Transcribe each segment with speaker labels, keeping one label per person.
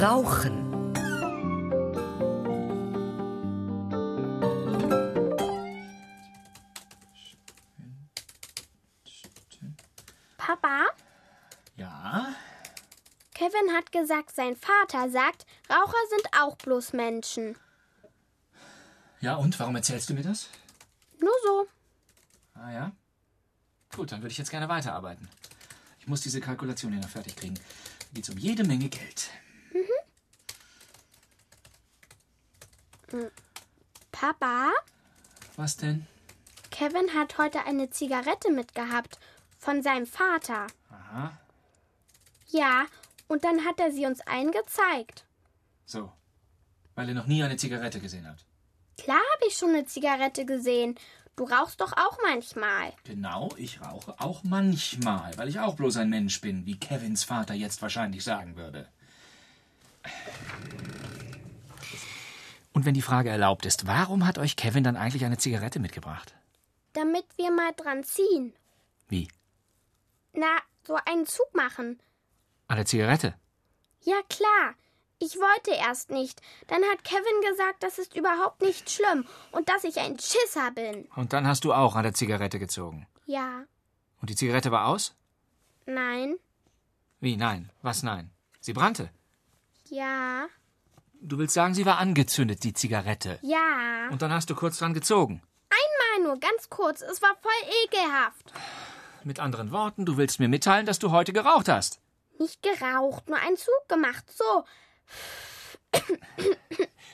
Speaker 1: Rauchen.
Speaker 2: Papa,
Speaker 3: Ja?
Speaker 2: Kevin hat gesagt, sein Vater sagt, Raucher sind auch bloß Menschen.
Speaker 3: Ja, und warum erzählst du mir das?
Speaker 2: Nur so.
Speaker 3: Ah ja? Gut, dann würde ich jetzt gerne weiterarbeiten. Ich muss diese Kalkulation hier noch fertig kriegen. Da geht's um jede Menge Geld.
Speaker 2: Papa,
Speaker 3: Was denn?
Speaker 2: Kevin hat heute eine Zigarette mitgehabt von seinem Vater.
Speaker 3: Aha.
Speaker 2: Ja, und dann hat er sie uns allen gezeigt.
Speaker 3: So. Weil ihr noch nie eine Zigarette gesehen habt.
Speaker 2: Klar habe ich schon eine Zigarette gesehen. Du rauchst doch auch manchmal.
Speaker 3: Genau, ich rauche auch manchmal, weil ich auch bloß ein Mensch bin, wie Kevins Vater jetzt wahrscheinlich sagen würde. Und wenn die Frage erlaubt ist, warum hat euch Kevin dann eigentlich eine Zigarette mitgebracht?
Speaker 2: Damit wir mal dran ziehen.
Speaker 3: Wie?
Speaker 2: Na, so einen Zug machen.
Speaker 3: Eine Zigarette?
Speaker 2: Ja, klar. Ich wollte erst nicht. Dann hat Kevin gesagt, das ist überhaupt nicht schlimm und dass ich ein Schisser bin.
Speaker 3: Und dann hast du auch an der Zigarette gezogen.
Speaker 2: Ja,
Speaker 3: Und die Zigarette war aus?
Speaker 2: nein,
Speaker 3: Wie, nein? Was nein? Sie brannte.
Speaker 2: ja,
Speaker 3: Du willst sagen, sie war angezündet, die Zigarette.
Speaker 2: ja.
Speaker 3: Und dann hast du kurz dran gezogen.
Speaker 2: Einmal nur, ganz kurz. Es war voll ekelhaft.
Speaker 3: Mit anderen Worten, du willst mir mitteilen, dass du heute geraucht hast.
Speaker 2: Nicht geraucht, nur einen Zug gemacht. So.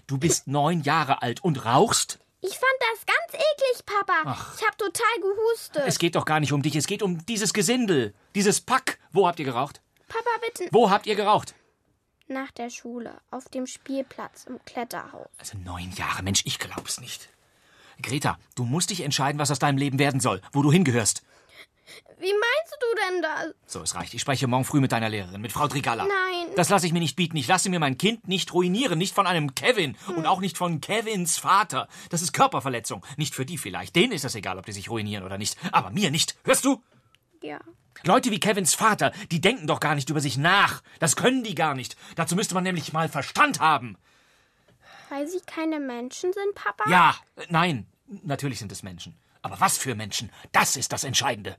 Speaker 3: Du bist neun Jahre alt und rauchst?
Speaker 2: Ich fand das ganz eklig, Papa. Ich hab total gehustet.
Speaker 3: Es geht doch gar nicht um dich, es geht um dieses Gesindel, dieses Pack. Wo habt ihr geraucht?
Speaker 2: Papa, bitte.
Speaker 3: Wo habt ihr geraucht?
Speaker 2: Nach der Schule, auf dem Spielplatz, im Kletterhaus.
Speaker 3: Also neun Jahre, Mensch, ich glaub's nicht. Greta, du musst dich entscheiden, was aus deinem Leben werden soll, wo du hingehörst.
Speaker 2: Wie meinst du denn das?
Speaker 3: So, es reicht. Ich spreche morgen früh mit deiner Lehrerin, mit Frau Trigala.
Speaker 2: Nein.
Speaker 3: Das lasse ich mir nicht bieten. Ich lasse mir mein Kind nicht ruinieren. Nicht von einem Kevin und auch nicht von Kevins Vater. Das ist Körperverletzung. Nicht für die vielleicht. Denen ist das egal, ob die sich ruinieren oder nicht. Aber mir nicht. Hörst du?
Speaker 2: Ja.
Speaker 3: Leute wie Kevins Vater, die denken doch gar nicht über sich nach. Das können die gar nicht. Dazu müsste man nämlich mal Verstand haben.
Speaker 2: Weil sie keine Menschen sind, Papa?
Speaker 3: Ja, äh, nein, natürlich sind es Menschen. Aber was für Menschen? Das ist das Entscheidende.